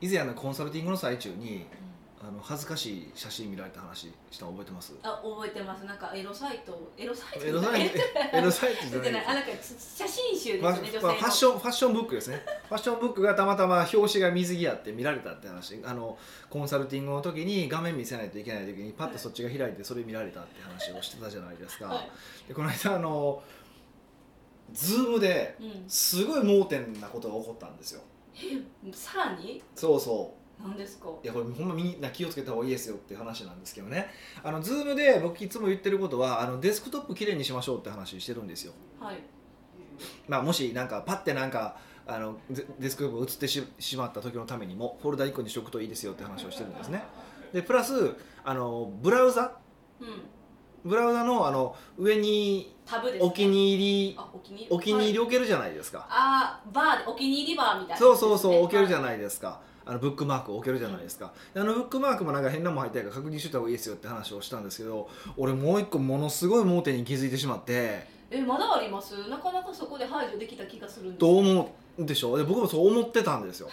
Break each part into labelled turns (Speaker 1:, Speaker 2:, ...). Speaker 1: 以前あのコンサルティングの最中にあの恥ずかしい写真見られた話したの覚えてます
Speaker 2: あ覚えてますなんかエロサイトエロサイト
Speaker 1: エロサイトエロサイトじ
Speaker 2: 出
Speaker 1: ゃな
Speaker 2: て
Speaker 1: い
Speaker 2: ない
Speaker 1: です
Speaker 2: あなんか写真集です
Speaker 1: まあ
Speaker 2: よ
Speaker 1: まあ
Speaker 2: ね、
Speaker 1: ファッ
Speaker 2: 女
Speaker 1: シ
Speaker 2: 性の
Speaker 1: ョンファッションブックですねファッションブックがたまたま表紙が水着やって見られたって話あのコンサルティングの時に画面見せないといけない時にパッとそっちが開いてそれ見られたって話をしてたじゃないですか、
Speaker 2: はい
Speaker 1: でこの間あのズームで
Speaker 2: うん
Speaker 1: すごい盲点なことが起こったんですよ
Speaker 2: さらに
Speaker 1: そうそう
Speaker 2: 何ですか
Speaker 1: いやこれほんまみんな気をつけた方がいいですよっていう話なんですけどねあの Zoom で僕いつも言ってることはあのデスクトップきれいにしましょうって話してるんですよ、
Speaker 2: はい
Speaker 1: まあ、もしなんかパッてなんかあのデデスクトップ映ってししまった時のためにもフォルダ1個にしておくといいですよって話をしてるんですねでプラスあのブラウザ
Speaker 2: うん
Speaker 1: ブラウザのあの上に
Speaker 2: タブです、ね、
Speaker 1: お気に入り
Speaker 2: あお気に入り
Speaker 1: お気に入り
Speaker 2: はい
Speaker 1: 置けるじゃないですか、
Speaker 2: あーバーでお気に入りバーみたいな
Speaker 1: そうそうそう置けるじゃ
Speaker 2: い
Speaker 1: ないですかあのブックマーク置けるじゃないですかであのブックマークもなんか変なもん入ってないから確認しといた方がいいですよって話をしたんですけど俺もう一個ものすごい盲点に気づいてしまって
Speaker 2: えまだありますなかなかそこで排除できた気がするんです
Speaker 1: どう
Speaker 2: っ
Speaker 1: 思うんでしょうで僕もそう思ってたんですよ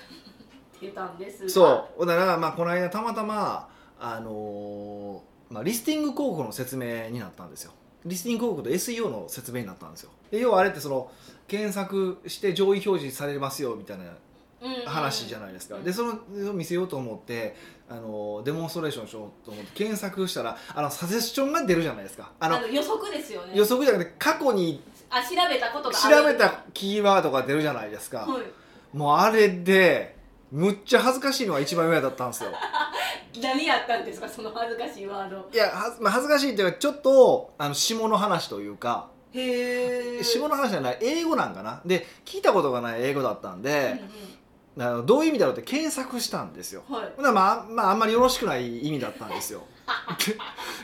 Speaker 2: てたんですが
Speaker 1: そうほんならまあこの間たまたまあのーまあ、リスティング広告の説明になったんですよリスティング広告と SEO の説明になったんですよで要はあれってその検索して上位表示されますよみたいな
Speaker 2: うんうんうん、
Speaker 1: 話じゃ
Speaker 2: ない
Speaker 1: ないですか、
Speaker 2: うん
Speaker 1: でその見せようと思ってあのデモンストレーションしようと思って検索したらあのサジェスションが出るじゃないですかあ
Speaker 2: あ
Speaker 1: の
Speaker 2: の予測ですよね
Speaker 1: 予測じゃなくて過去に
Speaker 2: あ調べたことがある
Speaker 1: 調べたキーワードが出るじゃないですか、
Speaker 2: はい
Speaker 1: もうあれでむっちゃ恥ずかしいのが一番上だったんですよ
Speaker 2: 何やったんですかその恥ずかしいワード
Speaker 1: いやは、まあ、恥ずかしいっていうかちょっとあの下の話というか
Speaker 2: へえ
Speaker 1: 下の話じゃない英語なんかなで聞いたことがない英語だったん
Speaker 2: うん
Speaker 1: で、あのどういう意味だろうって検索したんですよ
Speaker 2: うん、はい
Speaker 1: ほんならまあ、まあ、あんまりよろしくない意味だったんですよ。 で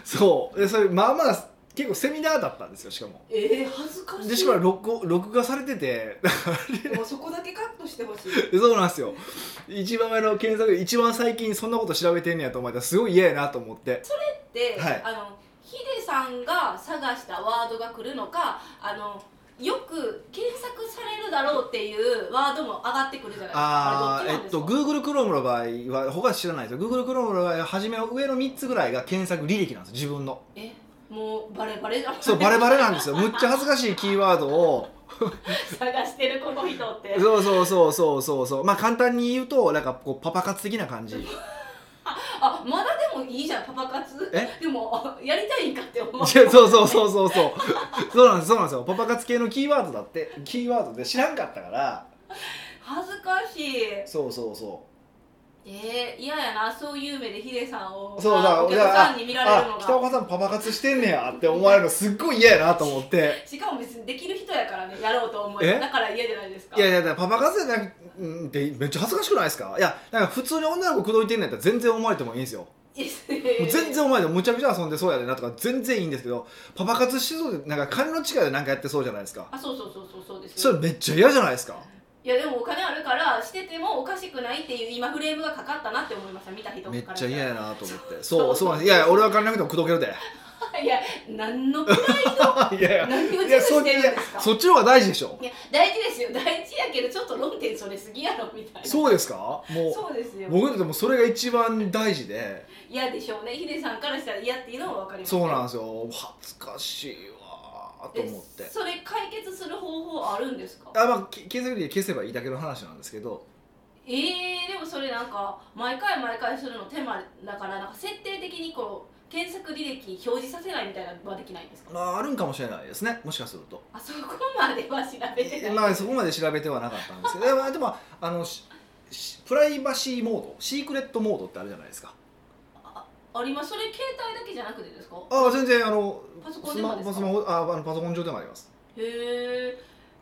Speaker 1: そうでそれまあまあ結構セミナーだったんですよしかも。
Speaker 2: えー、恥ずかしい
Speaker 1: でしかも録音録画されてて
Speaker 2: でもそこだけカットしてほしい
Speaker 1: そうなんですよ一番前の検索一番最近そんなこと調べてんねやと思ったらすごい嫌やなと思って
Speaker 2: で、
Speaker 1: はい
Speaker 2: あのヒデさんが探したワードが来るのかあのよく検索されるだろうっていうワードも上がってくるじゃないですか
Speaker 1: あ
Speaker 2: あれ
Speaker 1: ー
Speaker 2: ど
Speaker 1: えっ
Speaker 2: ち
Speaker 1: と
Speaker 2: なんですか
Speaker 1: Google Chrome の場合は他は知らないですよ Google Chrome の場合は初めは上の3つぐらいが検索履歴なんです自分の
Speaker 2: えもうバレバレじゃん
Speaker 1: そうバレバレなんですよむっちゃ恥ずかしいキーワードを
Speaker 2: 探してるこの人って
Speaker 1: そうそうそうそうそうそうまあ簡単に言うとなんかこうパパ活的な感じ
Speaker 2: あまだでもいいじゃんパパ活
Speaker 1: え
Speaker 2: でもあやりたいんかって思う
Speaker 1: いやそうそうそうそうそうそうなんですそうなんですよパパ活系のキーワードだってキーワードで知らんかったから
Speaker 2: 恥ずかしい
Speaker 1: そうそうそう
Speaker 2: えー、嫌やなそういう目でヒデさんを
Speaker 1: そう
Speaker 2: あ
Speaker 1: だ
Speaker 2: お客さんに見られる
Speaker 1: あ
Speaker 2: の
Speaker 1: 北
Speaker 2: が
Speaker 1: 岡さんパパ活してんねやって思われるのすっごい嫌やなと思って
Speaker 2: しかも別にできる人やからねやろうと思い
Speaker 1: え
Speaker 2: だから嫌じゃないですか
Speaker 1: いやいやだからパパ活じゃなくてめっちゃ恥ずかしくないですかいやなんか普通に女の子口説いてんねやったら全然思われてもいいんですよ
Speaker 2: いや
Speaker 1: もう全然思われてもむちゃくちゃ遊んでそうやでなとか全然いいんですけどパパ活してそうでなんか金の力でなんかやってそうじゃないですか
Speaker 2: あそうそうそうそうそうです
Speaker 1: そ
Speaker 2: よ
Speaker 1: れめっちゃ嫌じゃないですか
Speaker 2: いやでもお金あるからしててもおかしくないっていう今フレームがかかったなって思いました見た人から
Speaker 1: めっちゃ嫌やなと思ってそ
Speaker 2: そうう
Speaker 1: そうなんですい
Speaker 2: そ
Speaker 1: や
Speaker 2: う
Speaker 1: いや俺は金なくても口説けるで
Speaker 2: いや 何のプライ
Speaker 1: いやい
Speaker 2: ド何を重
Speaker 1: い
Speaker 2: 視
Speaker 1: やそ
Speaker 2: し
Speaker 1: ってち
Speaker 2: るん
Speaker 1: い
Speaker 2: で
Speaker 1: や
Speaker 2: すか
Speaker 1: そっちの方が大事でしょ
Speaker 2: いや大事ですよ大事やけどちょっと論点それすぎやろみたいなう
Speaker 1: そうですかもう
Speaker 2: そうですよ
Speaker 1: 僕にとってもそれが一番大事で
Speaker 2: 嫌でしょうねヒデさんからしたら嫌っていうのは分かります
Speaker 1: そうなん
Speaker 2: ん
Speaker 1: ですよ恥ずかしいわーと思って
Speaker 2: それ解決する方法あるんですか
Speaker 1: あまあけ検索履歴消せばいいだけの話なんですけど
Speaker 2: えー、でもそれなんか毎回毎回するの手間だからなんか設定的にこう検索履歴表示させないみたいなのはできないんですか
Speaker 1: まああるんかもしれないですねもしかすると
Speaker 2: あそこまでは調べてない
Speaker 1: まあそこまで調べてはなかったんですけどでもでもあのししプライバシーモードシークレットモードってあるじゃないですか
Speaker 2: ありますそれ携帯だけじゃなくてですか
Speaker 1: ああ全然あの
Speaker 2: パソコン
Speaker 1: ス
Speaker 2: でも
Speaker 1: マ
Speaker 2: ですか
Speaker 1: スマホああのパソコン上でもあります
Speaker 2: へー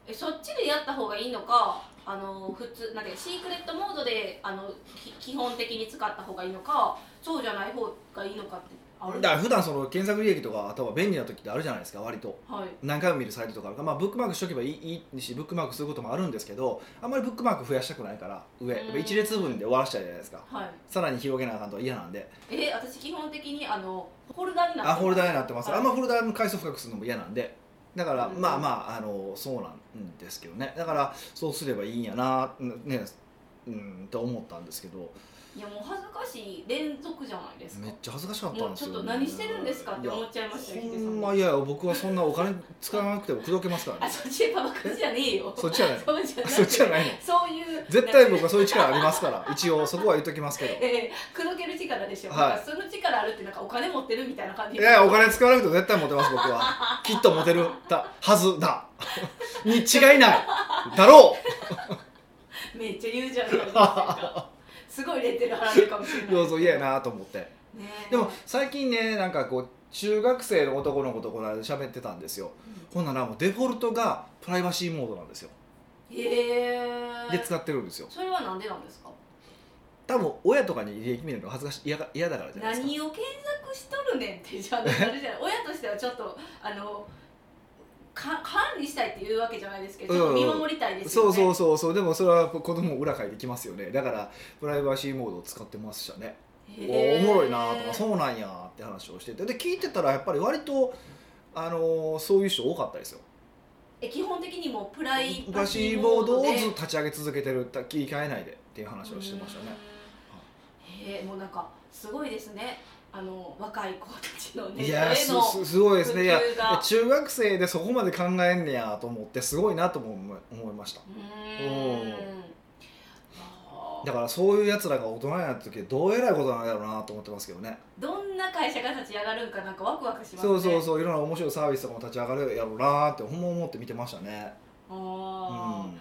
Speaker 2: えそっちでやった方がいいのかあの普通なんていうかシークレットモードであのき基本的に使った方がいいのかそうじゃない方がいいのかってある
Speaker 1: だから普段その検索履歴とかあとは便利な時ってあるじゃないですか割と
Speaker 2: はい
Speaker 1: 何回も見るサイトとかあるから、まあ、ブックマークしとけばいいいいしブックマークすることもあるんですけどあんまりブックマーク増やしたくないから上やっぱ一列分で終わらせちゃうじゃないですか
Speaker 2: はい
Speaker 1: さらに広げなあかんとは嫌なんで
Speaker 2: え私基本的にあのフォルダになって
Speaker 1: あフォルダーになってます、
Speaker 2: はい
Speaker 1: あんまフォルダーの回数深くするのも嫌なんでだから、
Speaker 2: うん
Speaker 1: まあまああのそうなんですけどねだからそうすればいいんやな、ね、うんと思ったんですけど
Speaker 2: いやもう恥ずかしい連続じゃないですか
Speaker 1: めっちゃ恥ずかしかったん
Speaker 2: もう
Speaker 1: です
Speaker 2: ち
Speaker 1: よ
Speaker 2: ょっと何してるんですかって思っちゃいましたよ
Speaker 1: ほ
Speaker 2: ヒデさ
Speaker 1: ん
Speaker 2: ん
Speaker 1: ま
Speaker 2: も
Speaker 1: いやいや僕はそんなお金使わなくても口説けますから
Speaker 2: あ
Speaker 1: ね
Speaker 2: そっちパパ活じゃねえよ
Speaker 1: そっちじゃないの
Speaker 2: そうじゃない
Speaker 1: そっちじゃないの
Speaker 2: そういう
Speaker 1: 絶対
Speaker 2: なん
Speaker 1: 僕
Speaker 2: か
Speaker 1: はそういう力あります から一応そこは言っときますけど
Speaker 2: ええ口説ける力でしょ、
Speaker 1: はい
Speaker 2: なんかその力あるってなんかお金持ってるみたいな感じ
Speaker 1: いやお金使わなくても絶対モテます僕 はきっとモテるたはずだ に違いないだろ
Speaker 2: めっちゃ言うじゃないですかすごいレッテル貼られるかもしれな
Speaker 1: う
Speaker 2: い
Speaker 1: 要素嫌やなと思って
Speaker 2: ねえ
Speaker 1: でも最近ねなんかこう中学生の男の子とこの間喋ってたんですよ
Speaker 2: う
Speaker 1: ほ
Speaker 2: ん
Speaker 1: んならもうデフォルトがプライバシーモードなんですよ
Speaker 2: へ
Speaker 1: で
Speaker 2: え
Speaker 1: 使ってるんですよ
Speaker 2: それはなんでなんですか
Speaker 1: 多分親とかに履歴見るの恥ずかし嫌が嫌だからじゃないですか
Speaker 2: 何を検索しとるねんってじゃあな るじゃない親としてはちょっとあのか管理したいっていうわけじゃないですけど、ちょっと見守りたいですよ
Speaker 1: そ
Speaker 2: ね
Speaker 1: うそうそうそうでもそれは子供を裏書いてきますよねだからプライバシーモードを使ってましたねおお
Speaker 2: へー
Speaker 1: もろいなとかそうなんやって話をしててで聞いてたらやっぱり割と、あのーそういう人多かったですよ
Speaker 2: え基本的にもうプライ
Speaker 1: バシーボードをず
Speaker 2: で
Speaker 1: っと立ち上げ続けてるた切り替えないでっていう話をしてましたね
Speaker 2: うんへえもうなんかすごいですねあの若い子たちのね
Speaker 1: いやー
Speaker 2: それの
Speaker 1: すすすごいですねいや
Speaker 2: 普及が
Speaker 1: 中学生でそこまで考えんねやと思ってすごいなとも思い思いました
Speaker 2: う
Speaker 1: うん
Speaker 2: んあ
Speaker 1: だ
Speaker 2: ー
Speaker 1: からそういうやつらが大人になった時はどうえらいことなんだろうなと思ってますけどね
Speaker 2: どんな会社が立ち上がるんかなんかワクワクします
Speaker 1: そ
Speaker 2: ね
Speaker 1: うそうそういろんな面白いサービスとかも立ち上がるやろうなってほんま思って見てましたねう
Speaker 2: あー
Speaker 1: ん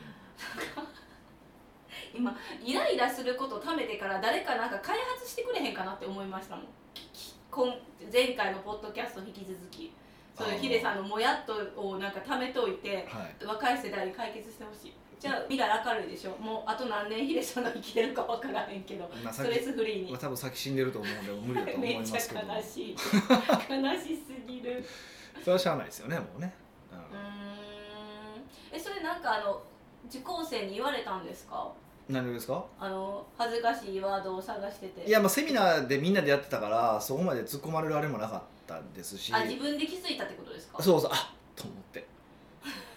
Speaker 2: 今イライラすることをためてから誰かなんか開発してくれへんかなって思いましたもんきき今前回のポッドキャスト引き続きそう
Speaker 1: あ
Speaker 2: い
Speaker 1: ー
Speaker 2: うヒデさんのモヤっとをなんかためといて
Speaker 1: はい
Speaker 2: 若い世代に解決してほしいじゃあ未来明るいでしょもうあと何年ヒデさんが生きてるか分からへんけど
Speaker 1: まあ
Speaker 2: ス
Speaker 1: さっ
Speaker 2: ト
Speaker 1: き
Speaker 2: レスフリーに
Speaker 1: まあ、多分先死んでると思うんで無理だと思い
Speaker 2: めっ
Speaker 1: ま
Speaker 2: ちゃ悲
Speaker 1: すけど
Speaker 2: しい悲しすぎる
Speaker 1: それはしゃあないですよねもうね、うん
Speaker 2: うーんえそれなんかあの受講生に言われたんですか
Speaker 1: 何ですか
Speaker 2: あの恥ずかしいワードを探してて
Speaker 1: いやまあセミナーでみんなでやってたからそこまで突っ込まれるあれもなかったですし
Speaker 2: あ自分で気づいたってことですか
Speaker 1: そうそうあっと思って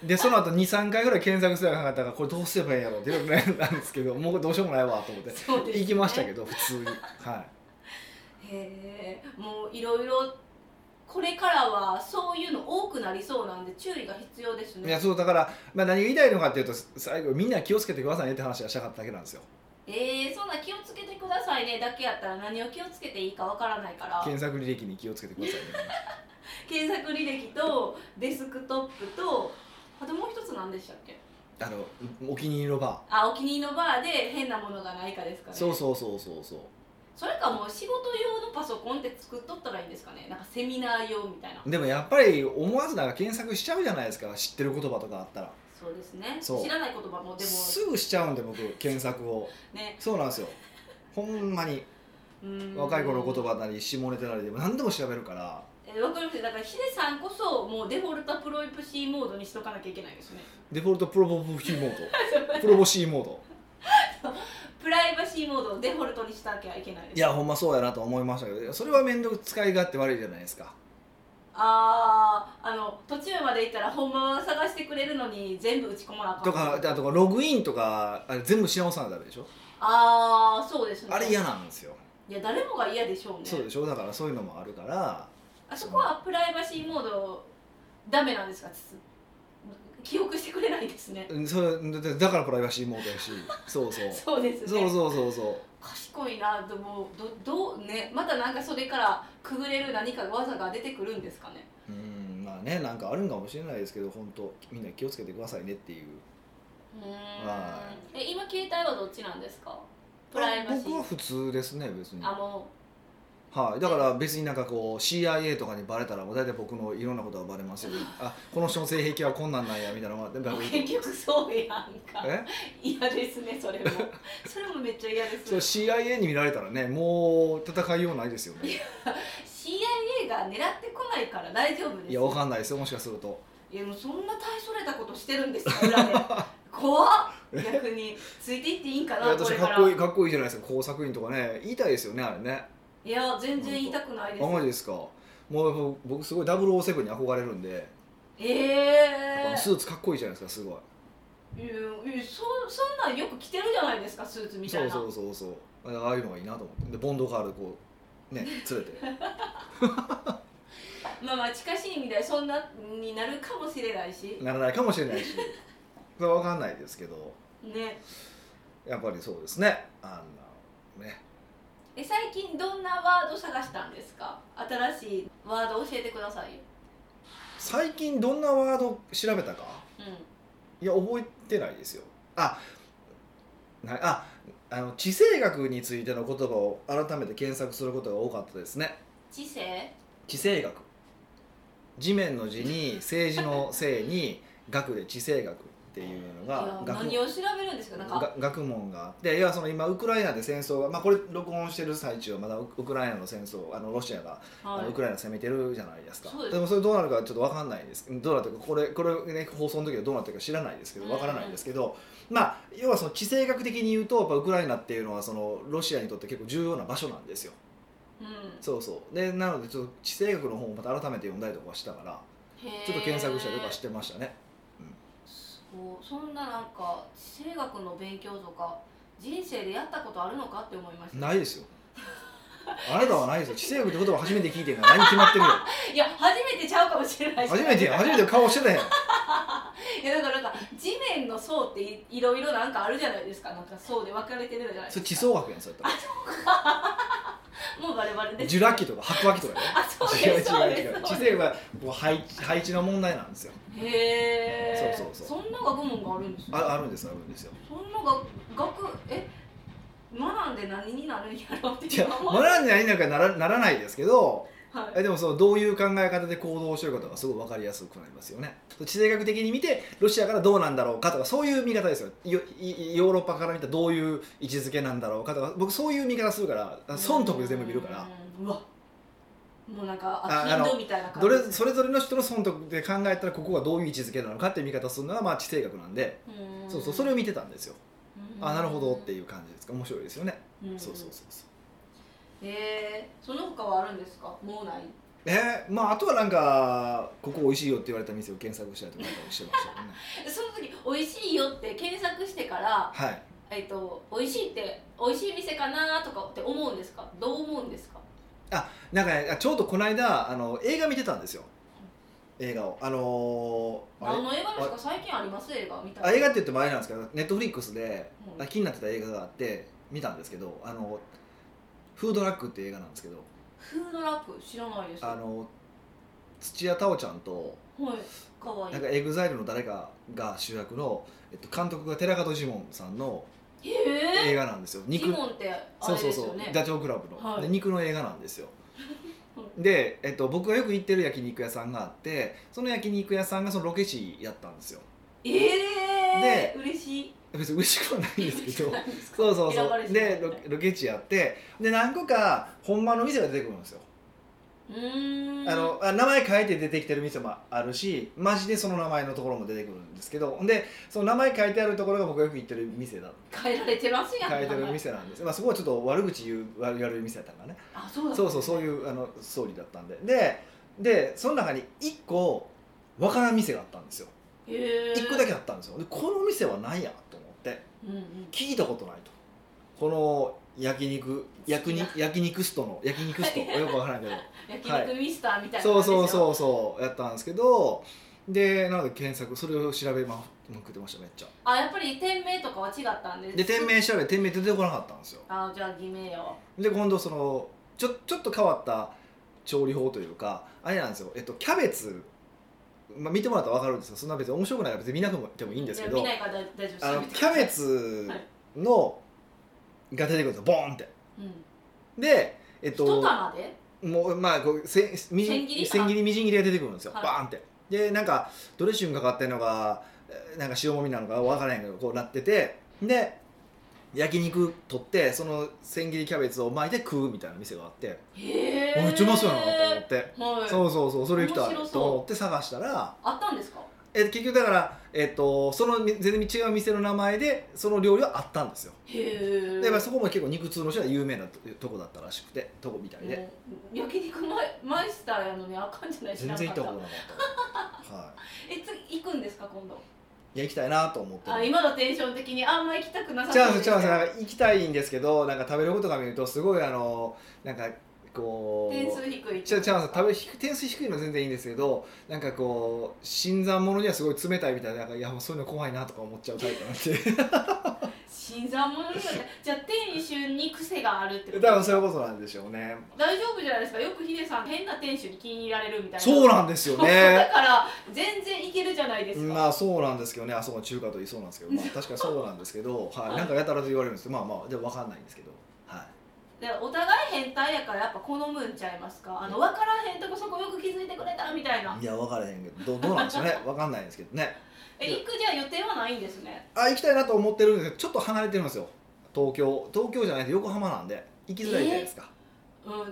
Speaker 1: でその後23回ぐらい検索すれば考えたからこれどうすればいいんやろうっていうぐらいなんですけどもうどうしようもないわと思って
Speaker 2: そうですね
Speaker 1: 行きましたけど普通には
Speaker 2: へえもういろいろこれからはそういうの多くなりそうなんで注意が必要で
Speaker 1: い
Speaker 2: す
Speaker 1: いや
Speaker 2: ね
Speaker 1: そうだから、まあ、何が言いたいのかっていうと最後みんな気をつけてくださいねって話がしたかっただけなんですよ
Speaker 2: えー、そんな気をつけてくださいねだけやったら何を気をつけていいかわからないから
Speaker 1: 検索履歴に気をつけてくださいね
Speaker 2: 検索履歴とデスクトップとあともう一つ何でしたっけ
Speaker 1: あのお気に入りのバ
Speaker 2: あお気に入りのバーで変なものがないかですか
Speaker 1: ー
Speaker 2: ね
Speaker 1: そうそうそうそうそう
Speaker 2: それかもう仕事用のパソコンって作っとったらいいんですかねなんかセミナー用みたいな
Speaker 1: でもやっぱり思わずなんか検索しちゃうじゃないですか知ってる言葉とかあったら
Speaker 2: そうですね
Speaker 1: そう
Speaker 2: 知らない言葉もでも
Speaker 1: すぐしちゃうんで僕検索 を
Speaker 2: ね
Speaker 1: そうなんですよほんまに
Speaker 2: うーん
Speaker 1: 若い頃の言葉なり下ネタなりでも何でも調べるから
Speaker 2: えーわかりますよだからヒデさんこそもうデフォルトはプロイプシーモードにしとかなきゃいけないですね
Speaker 1: デフォルトプロボブシーモードプロボシーモード
Speaker 2: プライバシーモードをデフォルトにしなきゃいけないで す
Speaker 1: いやほんまそうやなと思いましたけどいやそれは面倒使い勝手悪いじゃないですか
Speaker 2: あーあの途中まで行ったらほんまは探してくれるのに全部打ち込まなあかん
Speaker 1: とかあとかログインとかあれ全部し直さないとダメでしょ
Speaker 2: ああそうですね
Speaker 1: あれ嫌なんですよ
Speaker 2: いや誰もが嫌でしょうね
Speaker 1: そうでしょだからそういうのもあるから
Speaker 2: あそこはプライバシーモードダメなんですかつ記憶してくれないですね
Speaker 1: うんそれだだからプライバシーモードやしそう そう
Speaker 2: そうですね
Speaker 1: そうそうそうそう
Speaker 2: 賢いなでもどどうねまたなんかそれからくぐれる何か技が出てくるんですかね
Speaker 1: うんまあねなんかあるんかもしれないですけど本当みんな気をつけてくださいねっていう
Speaker 2: うー
Speaker 1: は
Speaker 2: んえ今携帯はどっちなんですかプライバシー
Speaker 1: 僕は普通ですね別に
Speaker 2: あも
Speaker 1: はいだから別になんかこう CIA とかにバレたらもう大体僕のいろんなことがバレ ますよあこの人の性癖はこんなんなんやみたいなのが全部
Speaker 2: う結局そうやんか
Speaker 1: え
Speaker 2: 嫌ですね それもそれもめっちゃ嫌で
Speaker 1: それ
Speaker 2: す
Speaker 1: CIA に見られたらねもう戦いようないですよね
Speaker 2: CIA が狙ってこないから大丈夫です
Speaker 1: いやわかんないですよもしかすると
Speaker 2: いやもうそんな大それたことしてるんですよ裏 で怖っ逆についていっていいんか
Speaker 1: いや
Speaker 2: なこ
Speaker 1: 私
Speaker 2: れ
Speaker 1: か
Speaker 2: か
Speaker 1: っ
Speaker 2: ら
Speaker 1: こいいかっこいいじゃないですか工作員とかね言いたいですよねあれね
Speaker 2: いや全然言いたくないです
Speaker 1: あマジですかもう僕すごい007に憧れるんで
Speaker 2: ええ
Speaker 1: やっぱスーツかっこいいじゃないですかすごい
Speaker 2: いやいやそそんなんよく着てるじゃないですかスーツみたい
Speaker 1: そう
Speaker 2: な
Speaker 1: そうそうそうああいうのがいいなと思ってでボンドカールでこう ね連れて
Speaker 2: まあまあ近しい意味ではそんなになるかもしれないし
Speaker 1: ならないかもしれないしそれは分かんないですけど
Speaker 2: ね
Speaker 1: やっぱりそうですねあんなね
Speaker 2: え最近どんなワード探したんですか新しいワード教えてくださいよ
Speaker 1: 最近どんなワード調べたか
Speaker 2: う
Speaker 1: いや覚えてないですよあなああの地政学についての言葉を改めて検索することが多かったですね
Speaker 2: ん知性
Speaker 1: 地政学地面の地に政治の性に学で地政学っていうの
Speaker 2: いや
Speaker 1: が学
Speaker 2: 何を調べるんですかなんか
Speaker 1: が学問があっていやその今ウクライナで戦争が、まあ、これ録音してる最中はまだウウクライナの戦争あのロシアが
Speaker 2: は
Speaker 1: あのウクライナ攻めてるじゃないですか
Speaker 2: そうです
Speaker 1: でもそれどうなるかちょっとわかんないですどうなってるかこれこれ、ね、放送の時はどうなってるか知らないですけどわからないですけど、まあ要はその地政学的に言うとやっぱウクライナっていうのはそのロシアにとって結構重要な場所なんですよ
Speaker 2: い、うん
Speaker 1: そうそうでなのでちょっと地政学の本をまた改めて読んだりとかしたから
Speaker 2: へー
Speaker 1: ちょっと検索したりとかしてましたね
Speaker 2: そうそんななんか地政学の勉強とか人生でやったことあるのかって思いました
Speaker 1: ないですよあなたはないですよ地政学って言葉初めて聞いてるから何決まってるよ
Speaker 2: いや初めてちゃうかもしれないし
Speaker 1: 初めて初めて顔してたやん
Speaker 2: いやだからなんか地面の層っていいろいろなんかあるじゃないですかなんか層で分かれてるじゃない
Speaker 1: そ
Speaker 2: で
Speaker 1: れ地
Speaker 2: すか
Speaker 1: 層学やんそれやった
Speaker 2: もうバレバレ
Speaker 1: ら
Speaker 2: です
Speaker 1: ジュラ紀とか白亜紀とかやで
Speaker 2: あそう
Speaker 1: 違う違う
Speaker 2: ですそうです
Speaker 1: 違う
Speaker 2: そ
Speaker 1: 地
Speaker 2: うです
Speaker 1: 政はこう配置配置の問題なんですよ
Speaker 2: へえ
Speaker 1: そうそうそ
Speaker 2: そんな学問があるんですね
Speaker 1: ああるんですあるんですよ
Speaker 2: そんなが学え学んで何になるんやろうって
Speaker 1: いや
Speaker 2: 今思う
Speaker 1: 学んで何なんかならならないですけど
Speaker 2: はい
Speaker 1: えでもそのどういう考え方で行動してるかとかすごい分かりやすくなりますよね地政学的に見てロシアからどうなんだろうかとかそういう見方ですよよいヨーロッパから見たらどういう位置づけなんだろうかとか僕そういう見方するから損得で全部見るから
Speaker 2: うんうわもうなんか
Speaker 1: あ
Speaker 2: あ
Speaker 1: あの
Speaker 2: ヒンドみたいな感じ
Speaker 1: どれそれぞれの人の損得で考えたらここがどういう位置づけなのかっていう見方するのがまあ地政学なんでそうそうそれを見てたんですよあなるほどって
Speaker 2: い
Speaker 1: いう感じですか面白いですよね
Speaker 2: うん、
Speaker 1: そうそうそうそう
Speaker 2: えー、その他はあるんですかもうない
Speaker 1: えー、まああとはなんかここ美味しいよって言われた店を検索したりとかなんかしてました けどね
Speaker 2: その時「美味しいよ」って検索してから
Speaker 1: はい
Speaker 2: 「えっと美味しいって美味しい店かな」とかって思うんですかどう思うんですか
Speaker 1: なんか、ね、ちょうどこの間あの映画見てたんですよ映画をあのーあ
Speaker 2: あ
Speaker 1: れ
Speaker 2: の映画ですか最近あります映画みたいな
Speaker 1: あ映画って言ってもあれなんですけどネットフリックスで
Speaker 2: うん
Speaker 1: 気になってた映画があって見たんですけどあのフードラックっていう映画なんですけど
Speaker 2: フードラック知らないです
Speaker 1: あの土屋太鳳ちゃんと
Speaker 2: はいかわい
Speaker 1: なん
Speaker 2: い
Speaker 1: かエグザイルの誰かが主役の、えっと、監督が寺門ジモンさんの
Speaker 2: へえ
Speaker 1: 映画なんですよ
Speaker 2: ジ
Speaker 1: 肉
Speaker 2: モンってあ
Speaker 1: そう
Speaker 2: れ
Speaker 1: そう
Speaker 2: です
Speaker 1: そう
Speaker 2: よ、ね
Speaker 1: ダチョウ倶楽部の、
Speaker 2: はい
Speaker 1: で肉の映画なんです よで、えっと、僕がよく行ってる焼肉屋さんがあってその焼肉屋さんがそのロケ地やったんですよ
Speaker 2: ええー、嬉しい
Speaker 1: 別に嬉しくはないんですけ ど
Speaker 2: 嬉しくないんですか
Speaker 1: そうそう
Speaker 2: 選ば
Speaker 1: そ
Speaker 2: れ
Speaker 1: う
Speaker 2: しない
Speaker 1: でロロケ地やってで何個か本場の店が出てくるんですよ、
Speaker 2: うーん
Speaker 1: あのあ名前変えて出てきてる店もあるしマジでその名前のところも出てくるんですけどほんでその名前変えてあるところが僕がよく行ってる店だ
Speaker 2: 変えられてますやん
Speaker 1: 変えてる店なんです、まあ、そこはちょっと悪口言う悪言われる店だったからね
Speaker 2: あそうだ
Speaker 1: そうそうそういうあのストーリーだったんでででその中に1個わからん店があったんですよ
Speaker 2: へえ
Speaker 1: 1個だけあったんですよでこの店は何やと思って
Speaker 2: うんうん
Speaker 1: 聞いたことないとこの焼肉焼肉焼肉ストの焼肉ストよくわからんけど
Speaker 2: 焼肉ミスターみたいな
Speaker 1: そう
Speaker 2: 感じです
Speaker 1: そう
Speaker 2: よ
Speaker 1: そうそうやったんですけどでなので検索それを調べまくってましためっちゃ
Speaker 2: あやっぱり店名とかは違ったんです
Speaker 1: で店名調べて店名出てこなかったんですよ
Speaker 2: あじゃあ偽名やわ
Speaker 1: で今度そのちょちょっと変わった調理法というかあれなんですよ、えっと、キャベツ、まあ、見てもらったら分かるんですよそんな別に面白くないから別に見なくてもいいんですけ
Speaker 2: いや
Speaker 1: ど
Speaker 2: 見ないから大大丈夫です
Speaker 1: あのキャベ、ツのが出てくるんですよボーンって
Speaker 2: うん、
Speaker 1: でえっ
Speaker 2: 一
Speaker 1: と
Speaker 2: 玉で
Speaker 1: もうまあこうせみ
Speaker 2: 千切り
Speaker 1: 千切りみじん切りが出てくるんですよ、
Speaker 2: はい
Speaker 1: バーンってでなんかドレッシングかかってるのがえーなんか塩もみなのか分からへんけどこうなっててで焼肉取ってその千切りキャベツを巻いて食うみたいな店があって
Speaker 2: へ
Speaker 1: あ
Speaker 2: え
Speaker 1: めっちゃうまそうやなと思って、
Speaker 2: はい
Speaker 1: そうそうそうそれ行きたい
Speaker 2: 面白そう
Speaker 1: と思って探したら
Speaker 2: あったんですか
Speaker 1: え結局だから、えっとそのみ全然違う店の名前でその料理はあったんですよ
Speaker 2: へえ
Speaker 1: で、まあ、そこも結構肉通の人は有名なととこだったらしくてとこみたいで、
Speaker 2: うん焼肉マイマイスターやのにあかんじゃない
Speaker 1: 全然行ったこと
Speaker 2: な
Speaker 1: な
Speaker 2: か
Speaker 1: かったはい
Speaker 2: たえ次行くんですか今度
Speaker 1: や行きたいなと思って
Speaker 2: あ
Speaker 1: る
Speaker 2: 今のテンション的にあんま行きたくなさ
Speaker 1: チャン
Speaker 2: う
Speaker 1: ス
Speaker 2: です
Speaker 1: チャンスなんか行きたいんですけどなんか食べることが見るとすごいあのなんかこう
Speaker 2: 点数低い
Speaker 1: チャチャンス食べ低点数低いのは全然いいんですけどなんかこう新参者にはすごい冷たいみたいななんかいやもうそういうの怖いなとか思っちゃうタイプなん で
Speaker 2: 新参者ですよねじゃあ店主に癖があるってこと
Speaker 1: 多分そういうことなんでしょうね
Speaker 2: 大丈夫じゃないですかよくヒデさん変な店主に気に入られるみたいな
Speaker 1: そうなんですよ
Speaker 2: だ
Speaker 1: ね
Speaker 2: から全然いけるじゃないですか、
Speaker 1: まあ そうなんですけどねあそこの中華と言いそうなんですけど、まあ、確かにそうなんですけど、はい、なんかやたらと言われるんですけどまあまあでも分かんないんですけどはい
Speaker 2: でお互い変態やからやっぱ好むんちゃいますかあの分からへんとこそこよく気づいてくれたみたいない
Speaker 1: や分からへんけどどうどうなんでしょうね分かんないですけどね
Speaker 2: え行くじゃあ予定はないんですね
Speaker 1: あ行きたいなと思ってるんですけどちょっと離れてるんですよ東京東京じゃないと横浜なんで行きづらいじゃないですか、
Speaker 2: うん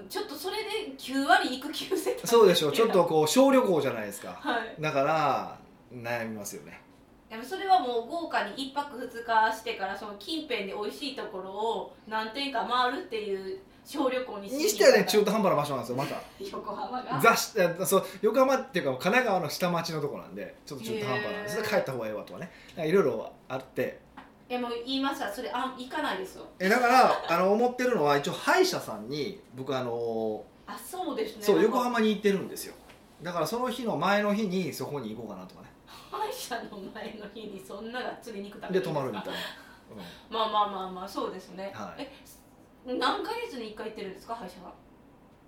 Speaker 2: ちょっとそれで9割育休世帯
Speaker 1: そうでしょうちょっとこう小旅行じゃないですか
Speaker 2: はい
Speaker 1: だから悩みますよね
Speaker 2: でもそれはもう豪華に1泊2日してからその近辺で美味しいところを何店か回るっていう小旅行に
Speaker 1: にしてはね中
Speaker 2: 途
Speaker 1: 途半端な場所なんですよまた
Speaker 2: 横浜が
Speaker 1: 雑誌あそう横浜っていうか神奈川の下町のとこなんでちょっと中途半端なんです
Speaker 2: へー
Speaker 1: 帰った方がええわとかねなんかいろいろあって
Speaker 2: いやもう言いましたそれあ行かないですよ
Speaker 1: えだからあの思ってるのは一応歯医者さんに僕あの
Speaker 2: あそうですね
Speaker 1: そう横浜に行ってるんですよだからその日の前の日にそこに行こうかなとかね
Speaker 2: 歯医者の前の日にそんながっつり肉食べ
Speaker 1: で泊まるみたい
Speaker 2: な
Speaker 1: な、
Speaker 2: まあまあまあまあそうですね、
Speaker 1: はい
Speaker 2: え何ヶ月に1回行ってるんですか歯医者は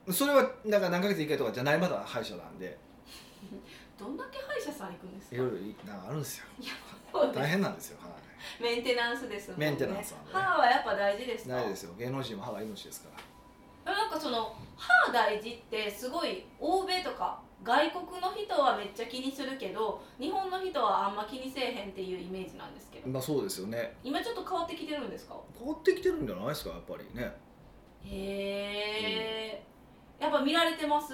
Speaker 1: うん、それはなんか何ヶ月に1回とかじゃないまだ歯医者なんで
Speaker 2: どんだけ歯医者さん行くんです
Speaker 1: い
Speaker 2: か
Speaker 1: ろいろなんかあるんですよ
Speaker 2: そうで
Speaker 1: 大
Speaker 2: す
Speaker 1: 変なんですよ、はい
Speaker 2: メンテナンスですもんね
Speaker 1: メンテナンスなんでね
Speaker 2: 歯はやっぱ大事ですか
Speaker 1: ないですよ芸能人も歯が命ですから
Speaker 2: なんかその歯大事ってすごい欧米とか外国の人はめっちゃ気にするけど日本の人はあんま気にせえへんっていうイメージなんですけど
Speaker 1: まあそうですよね
Speaker 2: 今ちょっと変わってきてるんですか
Speaker 1: 変わってきてるんじゃないですかやっぱりね
Speaker 2: へえ、やっぱ見られてます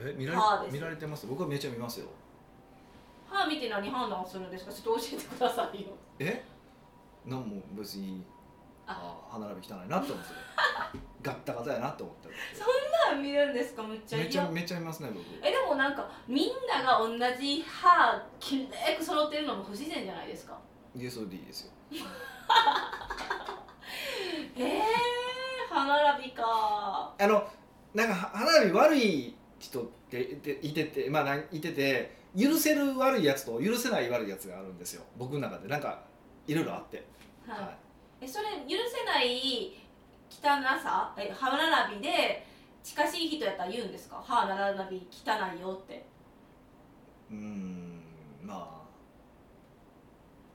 Speaker 1: え見られ
Speaker 2: 歯です
Speaker 1: 見られてます僕はめちゃ見ますよ
Speaker 2: 歯見て何判断するんですかちょっと教えてくださいよ
Speaker 1: えなんも別にあ歯並び汚いなって思ってる ガッタガタやなって思ってる
Speaker 2: 歯見るんですかむっちゃ
Speaker 1: めちゃ
Speaker 2: 嫌
Speaker 1: めちゃ見ますね僕
Speaker 2: えでもなんかみんなが同じ歯きれいく揃ってるのも不自然じゃないですか
Speaker 1: イエスオディですよ
Speaker 2: へえ歯並びか
Speaker 1: あのなんか歯歯並び悪い人ってでいててまあなんいてて許せる悪いやつと許せない悪いやつがあるんですよ僕の中でなんかいろいろあって、
Speaker 2: はい
Speaker 1: は
Speaker 2: えそれ許せない汚さえ歯並びで近しい人やったら言うんですか歯並び汚いよって
Speaker 1: い、うーんま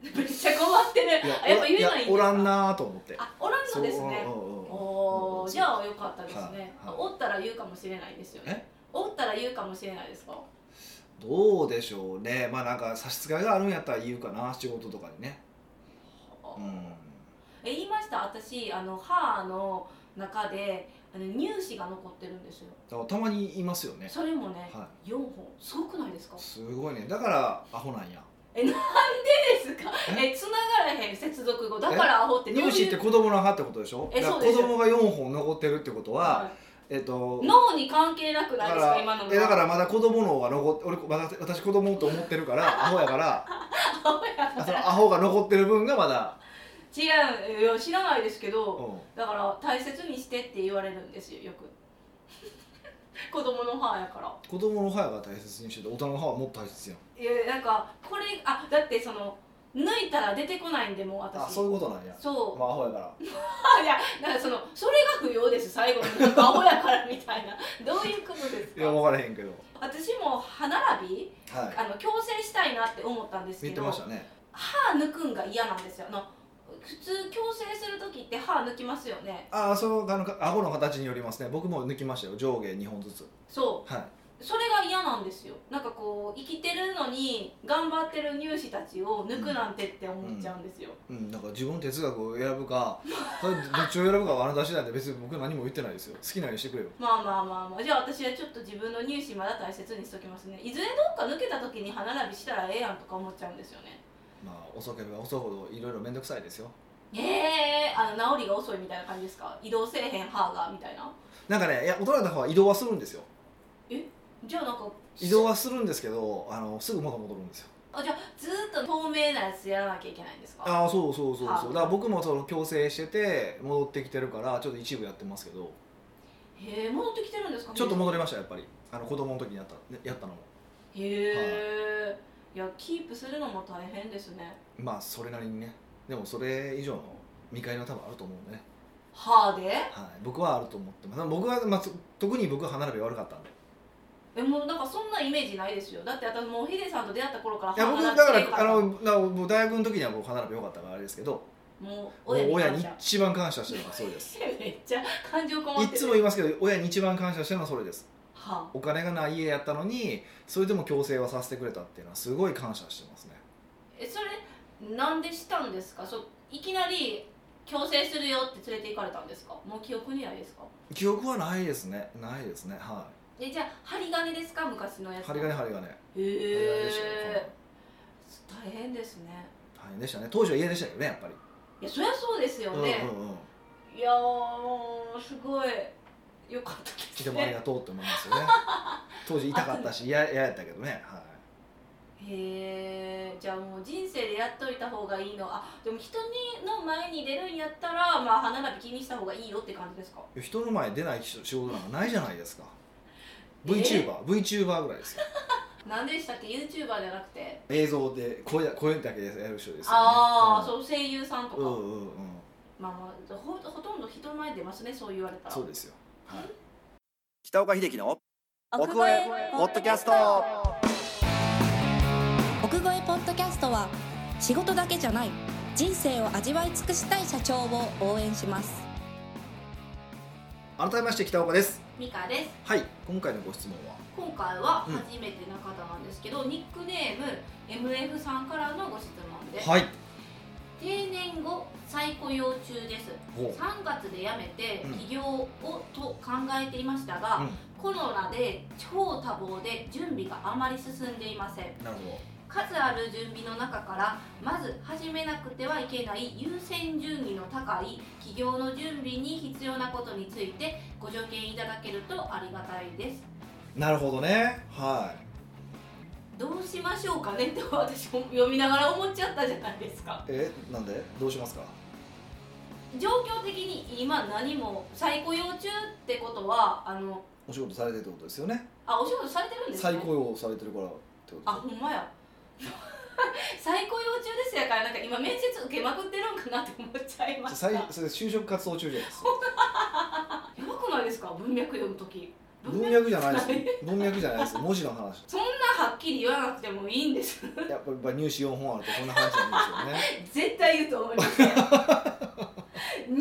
Speaker 2: めっちゃ困ってる
Speaker 1: あい
Speaker 2: あやっぱ言えないんですか
Speaker 1: おらんなーと思って
Speaker 2: あおらんのですね
Speaker 1: そううんうんうん
Speaker 2: お
Speaker 1: う
Speaker 2: お
Speaker 1: ん
Speaker 2: じゃあよかったですね、
Speaker 1: はいはい
Speaker 2: おったら言うかもしれないですよねおったら言うかもしれないですか
Speaker 1: どうでしょうねまあなんか差し支えがあるんやったら言うかな仕事とかにねうん
Speaker 2: え言いました私あの歯の中であの乳歯が残ってるんですよ
Speaker 1: だからたまにいますよね
Speaker 2: それもね、
Speaker 1: は
Speaker 2: 4本すごくないですか
Speaker 1: いすごいねだからアホなんや
Speaker 2: えなんでですかえ繋がらへん接続語だからアホってどうい
Speaker 1: 乳
Speaker 2: う
Speaker 1: 歯って子供の歯ってことでしょ
Speaker 2: え
Speaker 1: だから
Speaker 2: そうです
Speaker 1: 子供が4本残ってるってことは、
Speaker 2: は
Speaker 1: えっと
Speaker 2: い脳に関係なく
Speaker 1: だ
Speaker 2: ない
Speaker 1: か
Speaker 2: ですから今の
Speaker 1: えだから らまだ子供のは残って俺まだ私子供と思ってるから アホやから
Speaker 2: アホや
Speaker 1: そのアホが残ってる分がまだ、
Speaker 2: 違ういや知らないですけ
Speaker 1: う
Speaker 2: ど
Speaker 1: ん
Speaker 2: だから大切にしてって言われるんですよよく 子供の歯やから
Speaker 1: 子供の歯が大切にしてて大人の歯はもっと大切やん
Speaker 2: いやなんかこれあだってその抜いたら出てこないんでもう私
Speaker 1: あそういうことなんや
Speaker 2: そう
Speaker 1: まあアホや から
Speaker 2: あいやなんかそのそれが不要です最後のアホやからみたいなどういうことです
Speaker 1: いや
Speaker 2: か
Speaker 1: 分からへんけど
Speaker 2: 私も歯並び
Speaker 1: はい
Speaker 2: あの矯正したいなって思ったんですけ
Speaker 1: 言って
Speaker 2: ど
Speaker 1: ましたね
Speaker 2: 歯抜くんが嫌なんですよあの普通矯正する時って歯抜きますよね
Speaker 1: ああそのあの顎の形によりますね僕も抜きましたよ上下2本ずつ
Speaker 2: そ
Speaker 1: はいう
Speaker 2: それが嫌なんですよなんかこう生きてるのに頑張ってる乳歯たちを抜くなんてって思っちゃうんですよ、
Speaker 1: うん、なんか自分の哲学を選ぶかそれどっちを選ぶかはあなた次第で別に僕何も言ってないですよ好きなようにしてくれよ
Speaker 2: まあまあまあまあじゃあ私はちょっと自分の乳歯まだ大切にしときますねいずれどっか抜けた時に歯並びしたらええやんとか思っちゃうんですよね
Speaker 1: まあ遅ければ遅いほどいろいろ面倒くさいですよ
Speaker 2: ええあの治りが遅いみたいな感じですか移動せえへん歯がみたいな
Speaker 1: なんかねいや大人の方は移動はするんですよ
Speaker 2: じゃあなんか
Speaker 1: 移動はするんですけどあのすぐ元戻るんですよ
Speaker 2: あじゃあずーっと透明なやつやらなきゃいけないんですか
Speaker 1: ああそうそうそうそうだ
Speaker 2: はい
Speaker 1: から僕もその矯正してて戻ってきてるからちょっと一部やってますけど
Speaker 2: へえ戻ってきてるんですか
Speaker 1: ちょっと戻りましたやっぱりあの子供の時にやったやったのも
Speaker 2: へえ、い、やキープするのも大変ですね
Speaker 1: まあそれなりにねでもそれ以上の見返りは多分あると思うんでね、
Speaker 2: 歯で
Speaker 1: はい、僕はあると思ってます僕は、まあ、つ特に僕は歯並び悪かったんで
Speaker 2: えもうなんかそんなイメージないですよだって私もうヒデさんと出会った頃から
Speaker 1: いや僕だ
Speaker 2: が
Speaker 1: からあのだから僕大学の時には僕歯並び良かったからあれですけど
Speaker 2: もう
Speaker 1: もう
Speaker 2: 親
Speaker 1: 親
Speaker 2: に
Speaker 1: に
Speaker 2: 感謝
Speaker 1: 一番感謝してるのはそう です
Speaker 2: めっちゃ感情こも
Speaker 1: い
Speaker 2: ってる
Speaker 1: つも言いますけど親に一番感謝してるのはそれです
Speaker 2: はあ
Speaker 1: お金がない家やったのにそれでも矯正はさせてくれたっていうのはすごい感謝してますね
Speaker 2: えそれなんでしたんですかそいきなり強制するよって連れて行かれたんですかもう記憶にないですか
Speaker 1: 記憶はないですねないですねは
Speaker 2: えじゃあ針金ですか昔のや
Speaker 1: い
Speaker 2: つ
Speaker 1: 針金針金、
Speaker 2: へ
Speaker 1: 針金でした
Speaker 2: え
Speaker 1: よ
Speaker 2: 大変ですね
Speaker 1: 大変でしたね当時は家でしたけどねやっぱり、
Speaker 2: いやそりゃそうですよね、
Speaker 1: うんうんうん
Speaker 2: いやーすごいよかったです
Speaker 1: でもあり
Speaker 2: ね
Speaker 1: がとうって思いますよね当時痛かったし嫌嫌やったけどねは
Speaker 2: へえじゃあもう人生でやっといた方がいいのあでも人にの前に出るんやったらまあ歯並び気にした方がいいよって感じですか
Speaker 1: い人の前出ない仕仕事なんかないじゃないですか
Speaker 2: え
Speaker 1: VTuberVTuber ぐらいですよ
Speaker 2: 何でしたっけ YouTuber じゃなくて
Speaker 1: 映像で声だ声だけでやる人ですよ、ね、
Speaker 2: ああ、
Speaker 1: う
Speaker 2: そう声優さんとか、
Speaker 1: んうんうんうん
Speaker 2: まあまあほほとんど人前出ますねそう言われたら
Speaker 1: そうですよ、はい、
Speaker 3: 北岡秀樹の奥越えポッドキャスト
Speaker 4: 奥越えポッドキャストは仕事だけじゃない人生を味わい尽くしたい社長を応援します
Speaker 1: 改めまして北岡です
Speaker 2: ミカです
Speaker 1: はい今回のご質問は
Speaker 2: 今回は
Speaker 1: うん
Speaker 2: 初めての方なんですけど、ニックネーム MF さんからのご質問です、
Speaker 1: はい
Speaker 2: 定年後再雇用中です
Speaker 1: ほう
Speaker 2: 3月で辞めて
Speaker 1: うん
Speaker 2: 起業をと考えていましたが、
Speaker 1: うん
Speaker 2: コロナで超多忙で準備があまり進んでいません
Speaker 1: なるほど
Speaker 2: 数ある準備の中からまず始めなくてはいけない優先順位の高い起業の準備に必要なことについてご助言いただけるとありがたいです
Speaker 1: なるほどねは
Speaker 2: どうしましょうかねって私も読みながら思っちゃったじゃないですか
Speaker 1: いえなんでどうしますか
Speaker 2: 状況的に今何も再雇用中ってことはあの
Speaker 1: お仕事されてるってことですよね
Speaker 2: あお仕事されてるんですね
Speaker 1: 再雇用されてるからってこと
Speaker 2: あほんまや再雇用中ですやからなんか今面接受けまくってるんかなって思っちゃいました
Speaker 1: 再
Speaker 2: や
Speaker 1: それ就職活動中じゃないですか
Speaker 2: ばくないですか文脈読む時
Speaker 1: 文脈じゃないです文脈じゃないです文字の話
Speaker 2: そんなはっきり言わなくてもいいんです
Speaker 1: やっぱり入試4本あるとこんな話なんですよね
Speaker 2: 絶対言うと思いますよニュ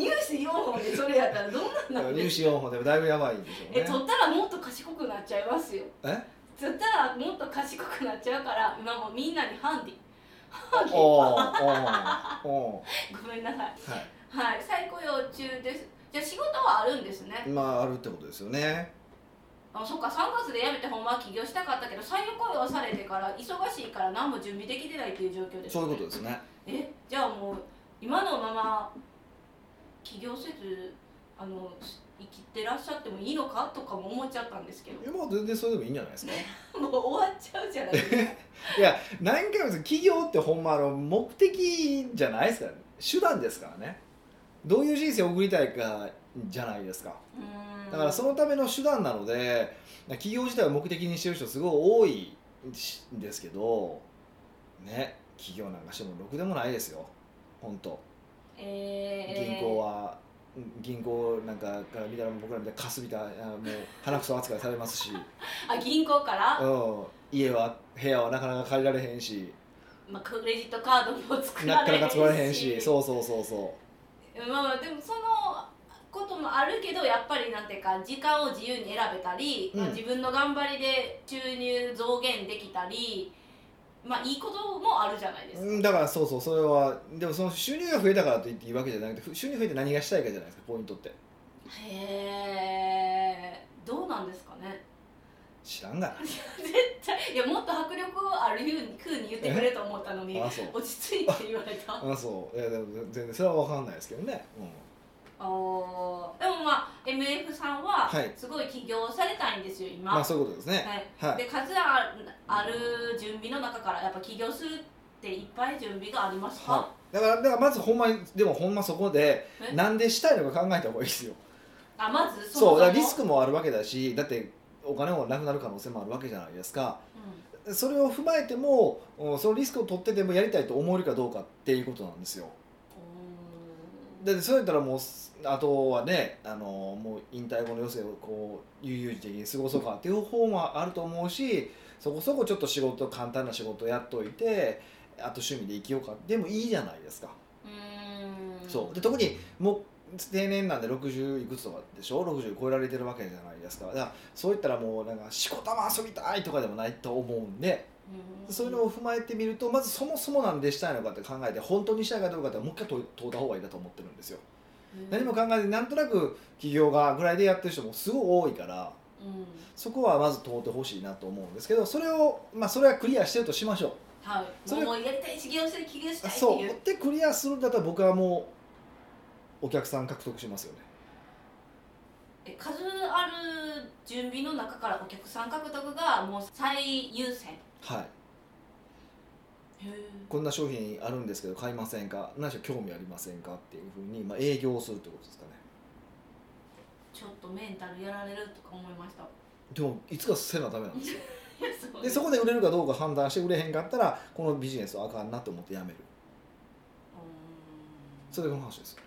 Speaker 2: ース4本でそれやったらどんなん
Speaker 1: だ
Speaker 2: な
Speaker 1: から
Speaker 2: ん
Speaker 1: 入
Speaker 2: です
Speaker 1: 試4本でだいぶやばいんでしょう
Speaker 2: え
Speaker 1: ね
Speaker 2: 取ったらもっと賢くなっちゃいますよ
Speaker 1: え
Speaker 2: 取ったらもっと賢くなっちゃうから今もうみんなにハンディハンディ
Speaker 1: おーおーお
Speaker 2: ごめんなさい
Speaker 1: ーは
Speaker 2: はい再雇用中ですじゃあ仕事はあるんですね
Speaker 1: いまああるってことですよね
Speaker 2: あそっか3月で辞めてほんまは起業したかったけど再雇用されてから忙しいから何も準備できてないっていう状況です
Speaker 1: そうい
Speaker 2: ね
Speaker 1: うことですね
Speaker 2: えじゃあもう今のまま起業せずあのし生きてらっしゃってもいいのかとかも思っちゃったんですけど
Speaker 1: まあ全然それでもいいんじゃないですか
Speaker 2: もう終わっちゃうじゃないですか
Speaker 1: いや何回もです企業ってほんまあの目的じゃないですからね手段ですからねどういう人生を送りたいかじゃないですか
Speaker 2: うーん
Speaker 1: だからそのための手段なので企業自体を目的にしてる人すごい多いしんですけどね企業なんかしてもろくでもないですよ本当
Speaker 2: え
Speaker 1: 銀
Speaker 2: ー
Speaker 1: 行は銀行なんかから見たら僕らみたいにかすびたあもう鼻くそ扱いされます し、
Speaker 2: あ銀行から、
Speaker 1: うん、家は部屋はなかなか借りられへんし
Speaker 2: まあ、クレジットカードも作ら
Speaker 1: なか
Speaker 2: れへ
Speaker 1: なんか
Speaker 2: し
Speaker 1: 作られへんしそうそうそうそう
Speaker 2: まあまあでもそのこともあるけどやっぱりなんていうか時間を自由に選べたり、
Speaker 1: うん
Speaker 2: まあ自分の頑張りで収入増減できたりまあいいこともあるじゃないですか、
Speaker 1: うんだからそうそうそれはでもその収入が増えたからといっていいわけじゃなくてふ収入増えて何がしたいかじゃないですかポイントって
Speaker 2: へえどうなんですかね
Speaker 1: 知らんがな
Speaker 2: いやもっと迫力あるふうに言ってくれと思ったのに
Speaker 1: あそう
Speaker 2: 落ち着いて言われたあ
Speaker 1: あそういやでも全然それは分かんないですけどね、
Speaker 2: ーでもまあ、え MF さんは
Speaker 1: はい
Speaker 2: すごい起業されたいんですよ今、
Speaker 1: まあそういうことですね
Speaker 2: はい
Speaker 1: はい、
Speaker 2: で数あるある準備の中からやっぱ起業するっていっぱい準備がありますか、
Speaker 1: はい、だからだからまずほんまにでもほんまそこで
Speaker 2: え
Speaker 1: なんでしたいのか考えた方がいいですよ
Speaker 2: あまず
Speaker 1: そう
Speaker 2: もも
Speaker 1: だからリスクもあるわけだしだってお金もなくなる可能性もあるわけじゃないですか
Speaker 2: う
Speaker 1: それを踏まえてもうんそのリスクを取ってでもやりたいと思えるかどうかっていうことなんですよ
Speaker 2: ん
Speaker 1: だってそうやったらもうあとはねあのもう引退後の余生をこう悠々自適に過ごそうかっていう方もあると思うしそこそこちょっと仕事簡単な仕事やっといてあと趣味で生きようかでもいいじゃないですか
Speaker 2: うん
Speaker 1: そうで特にもう定年なんで60いくつとかでしょ60超えられてるわけじゃないですかだからそういったらもうなんかしこたま遊びたいとかでもないと思うんで
Speaker 2: うん
Speaker 1: そういうのを踏まえてみるとまずそもそもなんでしたいのかって考えて本当にしたいかどうかってもう一回問問うた方がいいだと思ってるんですよ
Speaker 2: うん
Speaker 1: 何も考えずになんとなく起業家ぐらいでやってる人もすごい多いから
Speaker 2: うん
Speaker 1: そこはまず問うてほしいなと思うんですけどそれをまあそれはクリアしてるとしましょう
Speaker 2: はい
Speaker 1: それ
Speaker 2: もうやりたい起業したい起業したいって
Speaker 1: そう
Speaker 2: いう
Speaker 1: でクリアするんだったら僕はもうお客さん獲得しますよね
Speaker 2: え数ある準備の中からお客さん獲得がもう最優先へ
Speaker 1: はい
Speaker 2: え
Speaker 1: こんな商品あるんですけど買いませんか何しろ興味ありませんかっていうふうに、まあ、営業をするってことですかね
Speaker 2: ちょっとメンタルやられるとか思いました
Speaker 1: でもいつかせなダメなんですよでそ
Speaker 2: こ
Speaker 1: こで売れるかどうか判断して売れへんかったらこのビジネスはあかんなと思ってやめるそれがこの話ですよ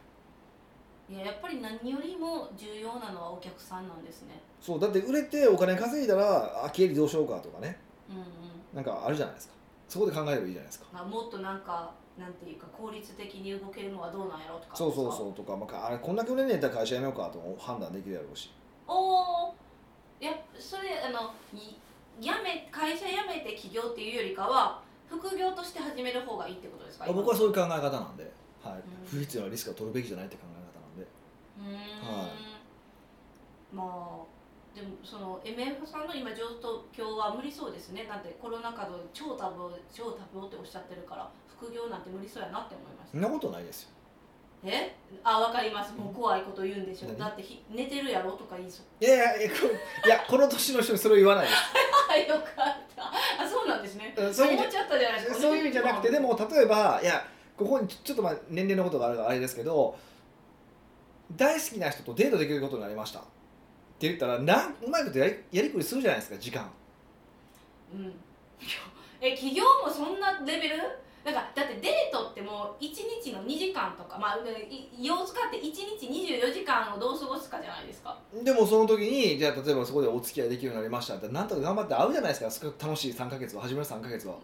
Speaker 2: いややっぱり何よりも重要なのはお客さんなんですね
Speaker 1: そうだって売れてお金稼いだらあ経理どうしようかとかね
Speaker 2: うんうん
Speaker 1: なんかあるじゃないですかそこで考えればいいじゃないですか
Speaker 2: まあ、もっとなんかなんていうか効率的に動けるのはどうなんやろうとか
Speaker 1: そうそうそううとか、まあ、あれこんだけ売れねえんだったら会社辞めようかとも判断できるやろうし
Speaker 2: おおいやそれあのいやめ会社辞めて起業っていうよりかは副業として始める方がいいってことですか
Speaker 1: あ僕はそういう考え方なんで、はい
Speaker 2: ん
Speaker 1: 不必要なリスクは取るべきじゃないって考え方なんで
Speaker 2: うーん、
Speaker 1: は
Speaker 2: まあでもその MF さんの今状況は無理そうですねだってコロナ禍で超多忙超多忙っておっしゃってるから副業なんて無理そうやなって思いまし
Speaker 1: そ
Speaker 2: た
Speaker 1: んなことないですよ
Speaker 2: えあわかりますもう怖いこと言うんでしょ
Speaker 1: 何
Speaker 2: だってひ寝てるやろとか言いそう
Speaker 1: いやいやいやこいやこの年の人にそれを言わないです
Speaker 2: あよかったあそうなんですね
Speaker 1: うん
Speaker 2: そ
Speaker 1: そうういう意
Speaker 2: 思っ
Speaker 1: 味
Speaker 2: ちゃったじゃないですか
Speaker 1: そういう意味じゃなくてでも例えばいやここにちょちょっとまあ年齢のことがあるからあれですけど大好きな人とデートできることになりましたって言ったらなんうまいことやりやりくりするじゃないですか時間
Speaker 2: うんいやえ企業もそんなレベルなんかだってデートってもう1日の2時間とかまあい用使って1日24時間をどう過ごすかじゃないですか
Speaker 1: でもその時にじゃあ例えばそこでお付き合いできるようになりましたってなんとか頑張って会うじゃないですかすごく楽しい3ヶ月は始める3ヶ 月は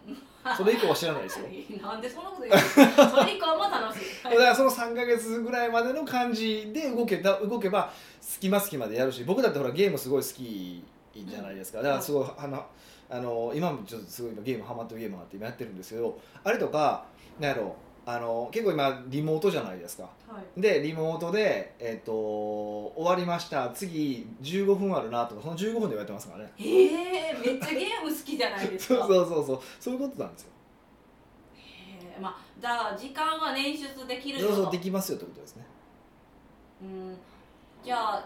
Speaker 1: それ以降は知らないですよ
Speaker 2: なんでそんなこと言うのそれ以降はまあ楽しい、
Speaker 1: だからその3ヶ月ぐらいまでの感じで動けた動けば隙間隙間でやるし僕だってほらゲームすごい好きじゃないですかだからすごいあのあの今もちょっとすごい今ゲームハマってるゲームがあって今やってるんですけどあれとかなんやろあの結構今リモートじゃないですか
Speaker 2: はい
Speaker 1: でリモートで、えっと終わりました次15分あるなとかその15分でやってますからね
Speaker 2: えー、めっちゃゲーム好きじゃないです
Speaker 1: そう
Speaker 2: か
Speaker 1: そうそうそうそういうことなんですよ
Speaker 2: へーまあ、だから時間は捻出できるよ
Speaker 1: そう
Speaker 2: と
Speaker 1: そうできますよってことですね
Speaker 2: うんじゃあ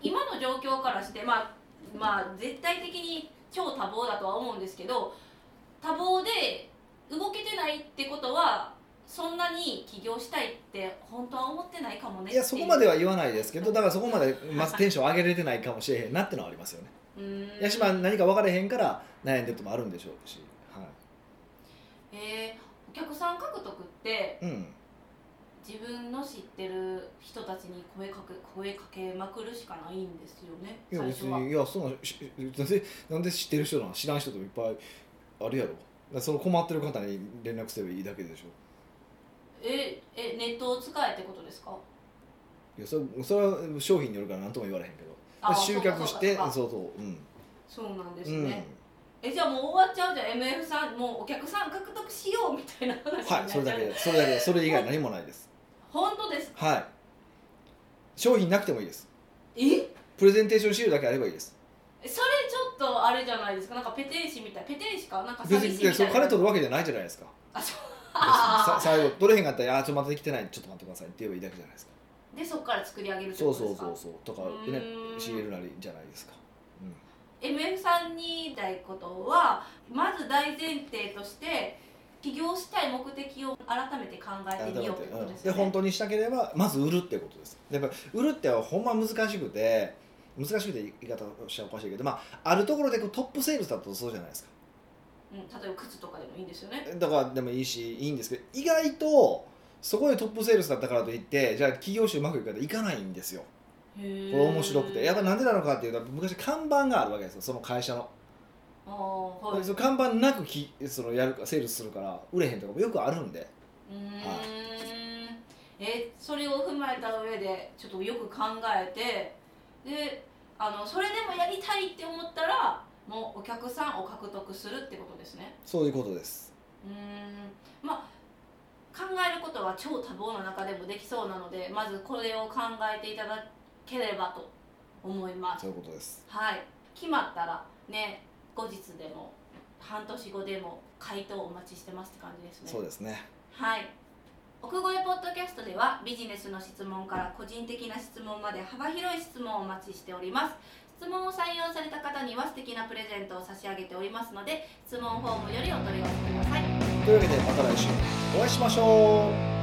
Speaker 2: 今の状況からしてまあまあ絶対的に超多忙だとは思うんですけど多忙で動けてないってことはそんなに起業したいって本当は思ってないかもね
Speaker 1: いやそこまで
Speaker 2: は
Speaker 1: は言わないですけどだからそこまでまずテンション上げれてないかもしれへんなってのはありますよね
Speaker 2: うん
Speaker 1: やしまあ何か分からへんから悩んでることもあるんでしょうし、は
Speaker 2: えーお客さん獲得って
Speaker 1: いうん、
Speaker 2: 自分の知ってる人たちに声かけ声かけまくるしかないんですよね
Speaker 1: いや
Speaker 2: 最
Speaker 1: 別
Speaker 2: 初は
Speaker 1: にいやそんなんしなんでなんで知ってる人なん知らん人といっぱいあるやろだからその困ってる方に連絡すればいいだけでしょ
Speaker 2: ええネットを使えってことですか
Speaker 1: いやそれそれは商品によるから何とも言われへんけど
Speaker 2: あー
Speaker 1: 集客して
Speaker 2: そうか
Speaker 1: そう
Speaker 2: そうか
Speaker 1: そううん
Speaker 2: そうなんです
Speaker 1: う
Speaker 2: ね、
Speaker 1: ん
Speaker 2: えじゃあもう終わっちゃうじゃん MF さんもうお客さん獲得しようみたいな話になっちゃ
Speaker 1: は
Speaker 2: う、
Speaker 1: いそれだけそれだけそれ以外何もないです
Speaker 2: 本当です
Speaker 1: はい商品なくてもいいです
Speaker 2: え
Speaker 1: プレゼンテーションシールだけあればいいです
Speaker 2: それちょっとあれじゃないですかなんかペテン師みたいペテン師かなんか
Speaker 1: 別
Speaker 2: 寂
Speaker 1: にい
Speaker 2: しいみ
Speaker 1: や
Speaker 2: た
Speaker 1: そ
Speaker 2: い
Speaker 1: の
Speaker 2: な
Speaker 1: 金取るわけじゃないじゃないですか
Speaker 2: あそ
Speaker 1: さ
Speaker 2: う
Speaker 1: 最後取れへんかったら「あーちょっとまたできてないちょっと待ってください」って言えばいいだけじゃないですか
Speaker 2: でそこから作り上げるって
Speaker 1: そ
Speaker 2: こ
Speaker 1: う
Speaker 2: と
Speaker 1: そ
Speaker 2: で
Speaker 1: う
Speaker 2: すか
Speaker 1: そうそうとか
Speaker 2: う
Speaker 1: ね
Speaker 2: ーん
Speaker 1: 仕入れるなりじゃないですか、うん、
Speaker 2: MF さんに言いたいことはまず大前提として起業したい目的を改めて考えてみようってことです
Speaker 1: で
Speaker 2: よね
Speaker 1: 本当にしたければまず売るってことですでやっぱ売るってほんま難しくて難しくて言い方としてはおかしいけど、まあ、あるところでこうトップセールスだとそうじゃないですか
Speaker 2: うん、例えば靴とかでもいいんですよね
Speaker 1: だからでもいいしいいんですけど意外とそこでトップセールスだったからといってじゃあ企業種うまくいくかといかないんですよ
Speaker 2: これ
Speaker 1: これ面白くてやっぱなんでなのかっていうと昔看板があるわけですよその会社の
Speaker 2: あーはい
Speaker 1: その看板なくきそのやるかセールスするから売れへんとかもよくあるんで
Speaker 2: うーんえそれを踏まえた上でちょっとよく考えてであのそれでもやりたいって思ったらもうお客さんを獲得するってことですね
Speaker 1: そういうことです
Speaker 2: うーんまあ考えることは超多忙な中でもできそうなのでまずこれを考えていただければと思います
Speaker 1: そういうことです
Speaker 2: はい決まったらね後日でも半年後でも回答お待ちしてますって感じですね
Speaker 1: そうですね
Speaker 2: はい奥越ポッドキャストではビジネスの質問から個人的な質問まで幅広い質問をお待ちしております質問を採用された方には素敵なプレゼントを差し上げておりますので質問フォームよりお問い合わせください
Speaker 1: というわけでまた来週お会いしましょう